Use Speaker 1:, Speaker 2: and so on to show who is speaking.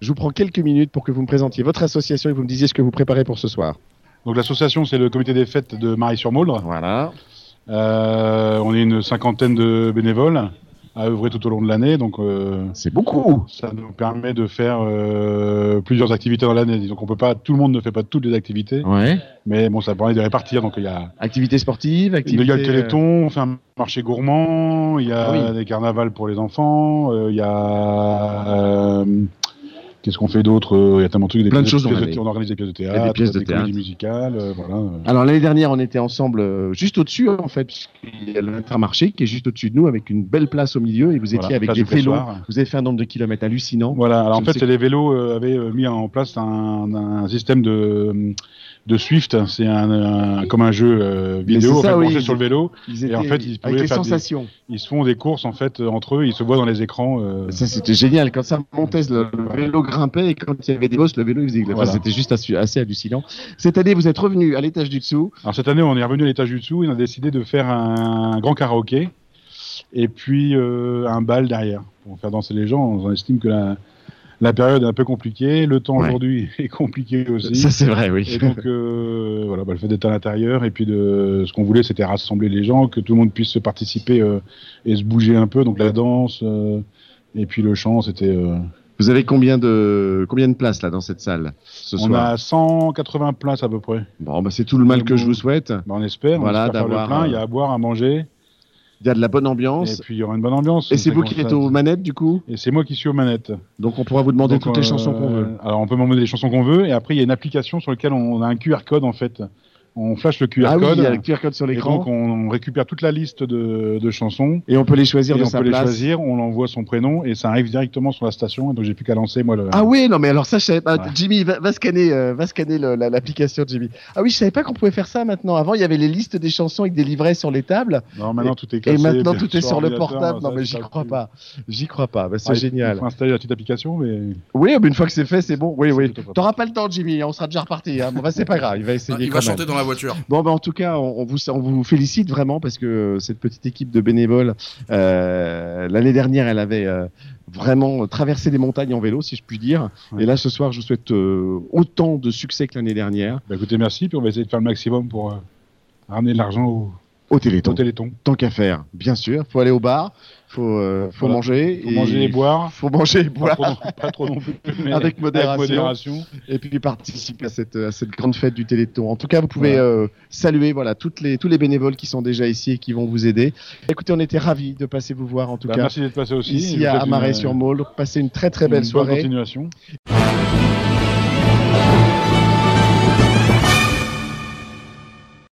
Speaker 1: Je vous prends quelques minutes pour que vous me présentiez votre association et que vous me disiez ce que vous préparez pour ce soir.
Speaker 2: Donc l'association, c'est le comité des fêtes de Marie-sur-Maulre.
Speaker 1: Voilà.
Speaker 2: Euh, on est une cinquantaine de bénévoles à œuvrer tout au long de l'année. Donc euh,
Speaker 1: C'est beaucoup.
Speaker 2: ça nous permet de faire euh, plusieurs activités dans l'année. Donc on peut pas, tout le monde ne fait pas toutes les activités,
Speaker 1: Ouais.
Speaker 2: mais bon, ça permet de répartir. Donc il y a
Speaker 1: Activité sportive,
Speaker 2: il
Speaker 1: activité. euh,
Speaker 2: y a le téléthon, on fait un marché gourmand, il y a
Speaker 1: Ah
Speaker 2: des carnavals pour les enfants, euh, il y a. euh, Qu'est-ce qu'on fait d'autre Euh, Il y a tellement de trucs. des
Speaker 1: Plein de
Speaker 2: pièces-
Speaker 1: choses dans
Speaker 2: pièces
Speaker 1: la
Speaker 2: de
Speaker 1: vie.
Speaker 2: thé- On organise des pièces de
Speaker 1: y a
Speaker 2: théâtre,
Speaker 1: des pièces de
Speaker 2: comédies
Speaker 1: théâtre.
Speaker 2: musicales, euh, voilà.
Speaker 1: euh, Alors l'année dernière, on était ensemble euh, juste au-dessus en fait, puisqu'il y a l'intermarché qui est juste au-dessus de nous avec une belle place au milieu et vous étiez
Speaker 2: Voilà,
Speaker 1: avec
Speaker 2: place
Speaker 1: des
Speaker 2: du
Speaker 1: vélos.
Speaker 2: pressoir.
Speaker 1: Vous avez fait un nombre de kilomètres hallucinant.
Speaker 2: Voilà, alors
Speaker 1: Je
Speaker 2: en
Speaker 1: ne
Speaker 2: fait,
Speaker 1: sais-
Speaker 2: les vélos euh, avaient euh, mis en place un, un système de, de Swift, c'est un, un- comme un jeu euh, vidéo,
Speaker 1: c'est
Speaker 2: en fait,
Speaker 1: ça, oui.
Speaker 2: branché sur le vélo.
Speaker 1: Ils
Speaker 2: Et en fait, ils pouvaient
Speaker 1: avec les
Speaker 2: faire des-
Speaker 1: sensations.
Speaker 2: Ils se font des courses en fait euh, entre eux, ils se voient dans les écrans. euh,
Speaker 1: Ça, c'était génial. Quand ça montait, le le vélo grimpait et quand il y avait des bosses, le vélo, il faisait. enfin,
Speaker 2: Voilà.
Speaker 1: C'était juste assu- assez hallucinant. Cette année, vous êtes revenu à l'étage du dessous.
Speaker 2: Alors cette année, on est revenu à l'étage du dessous, et on a décidé de faire un grand karaoké et puis euh, un bal derrière pour faire danser les gens. On estime que la, la période est un peu compliquée, le temps
Speaker 1: Ouais.
Speaker 2: aujourd'hui est compliqué aussi.
Speaker 1: Ça, c'est vrai, oui.
Speaker 2: Et donc, euh, voilà, bah, le fait d'être à l'intérieur, et puis de ce qu'on voulait, c'était rassembler les gens, que tout le monde puisse se participer euh, et se bouger un peu. Donc, la danse, euh, et puis le chant, c'était. euh,
Speaker 1: Vous avez combien de combien de places là dans cette salle ce
Speaker 2: on
Speaker 1: soir
Speaker 2: a 180 places à peu près.
Speaker 1: Bon, bah, c'est tout le mal que je vous souhaite.
Speaker 2: Bah, on espère,
Speaker 1: Voilà,
Speaker 2: on espère faire
Speaker 1: d'avoir,
Speaker 2: le plein.
Speaker 1: euh,
Speaker 2: Il y a à boire, à manger,
Speaker 1: Il y a de la bonne
Speaker 2: et
Speaker 1: ambiance.
Speaker 2: puis il y aura une bonne ambiance.
Speaker 1: Et c'est vous qui êtes aux manettes du coup
Speaker 2: Et c'est moi qui suis aux manettes.
Speaker 1: Donc on pourra vous demander
Speaker 2: Donc,
Speaker 1: toutes
Speaker 2: euh,
Speaker 1: les chansons qu'on veut.
Speaker 2: Alors, on peut demander les chansons qu'on veut, et après, il y a une application sur laquelle on a un QR code en fait. On flash le QR
Speaker 1: ah oui,
Speaker 2: code.
Speaker 1: il y a le QR code sur
Speaker 2: et
Speaker 1: l'écran.
Speaker 2: donc, on, on récupère toute la liste de- de chansons.
Speaker 1: Et on peut les choisir
Speaker 2: Et
Speaker 1: de
Speaker 2: on
Speaker 1: sa
Speaker 2: peut les
Speaker 1: place.
Speaker 2: choisir, on l'envoie son prénom et ça arrive directement sur la station. Et donc j'ai plus qu'à lancer moi le.
Speaker 1: Ah oui, non mais alors ça, je savais pas.
Speaker 2: Ouais.
Speaker 1: Jimmy, va, va scanner, euh, va scanner le- la- l'application, Jimmy. Ah oui, je savais pas qu'on pouvait faire ça maintenant. Avant, il y avait les listes des chansons avec des livrets sur les tables,
Speaker 2: non, maintenant tout est classé,
Speaker 1: et maintenant
Speaker 2: bien
Speaker 1: tout est sur le
Speaker 2: ordinateur,
Speaker 1: portable.
Speaker 2: ça,
Speaker 1: Non mais
Speaker 2: ça
Speaker 1: j'y
Speaker 2: va
Speaker 1: crois
Speaker 2: plus.
Speaker 1: pas, j'y crois pas. Bah, c'est
Speaker 2: Ah, il-
Speaker 1: génial.
Speaker 2: Il faut installer la petite application, mais
Speaker 1: Oui, mais une fois que c'est fait, c'est bon. Oui,
Speaker 2: C'est
Speaker 1: oui.
Speaker 2: plutôt pas
Speaker 1: T'auras pas le temps, Jimmy. On sera déjà reparti. Hein. Bon, bah, c'est pas grave. Il va essayer.
Speaker 3: Ah, Il
Speaker 1: quand
Speaker 3: va
Speaker 1: même.
Speaker 3: chanter dans la voiture.
Speaker 1: Bon, bah, en tout cas, on, on vous, on vous félicite vraiment parce que euh, cette petite équipe de bénévoles, euh, l'année dernière, elle avait euh, vraiment traversé des montagnes en vélo, si je puis dire.
Speaker 2: Ouais.
Speaker 1: Et là, ce soir, je vous souhaite euh, autant de succès que l'année dernière
Speaker 2: bah, écoutez, merci. Puis on va essayer de faire le maximum pour euh, ramener de l'argent au,
Speaker 1: au
Speaker 2: au
Speaker 1: Téléthon.
Speaker 2: Téléthon.
Speaker 1: Tant qu'à faire, bien sûr. Faut aller au bar, faut, euh, faut
Speaker 2: Voilà.
Speaker 1: manger,
Speaker 2: Faut manger et boire.
Speaker 1: Faut manger et boire.
Speaker 2: Pas, trop, pas trop non plus. mais
Speaker 1: Avec modération.
Speaker 2: modération.
Speaker 1: et puis participer à cette, à cette grande fête du Téléthon. En tout cas, vous pouvez euh, saluer voilà toutes les tous les bénévoles qui sont déjà ici et qui vont vous aider. Écoutez, on était ravis de passer vous voir en tout
Speaker 2: Bah,
Speaker 1: cas
Speaker 2: merci d'être passé aussi. Je vous
Speaker 1: ici
Speaker 2: souhaite
Speaker 1: à
Speaker 2: une, euh,
Speaker 1: Marais-sur-Maule. Passez une très très
Speaker 2: une
Speaker 1: belle
Speaker 2: bonne
Speaker 1: soirée.
Speaker 2: continuation.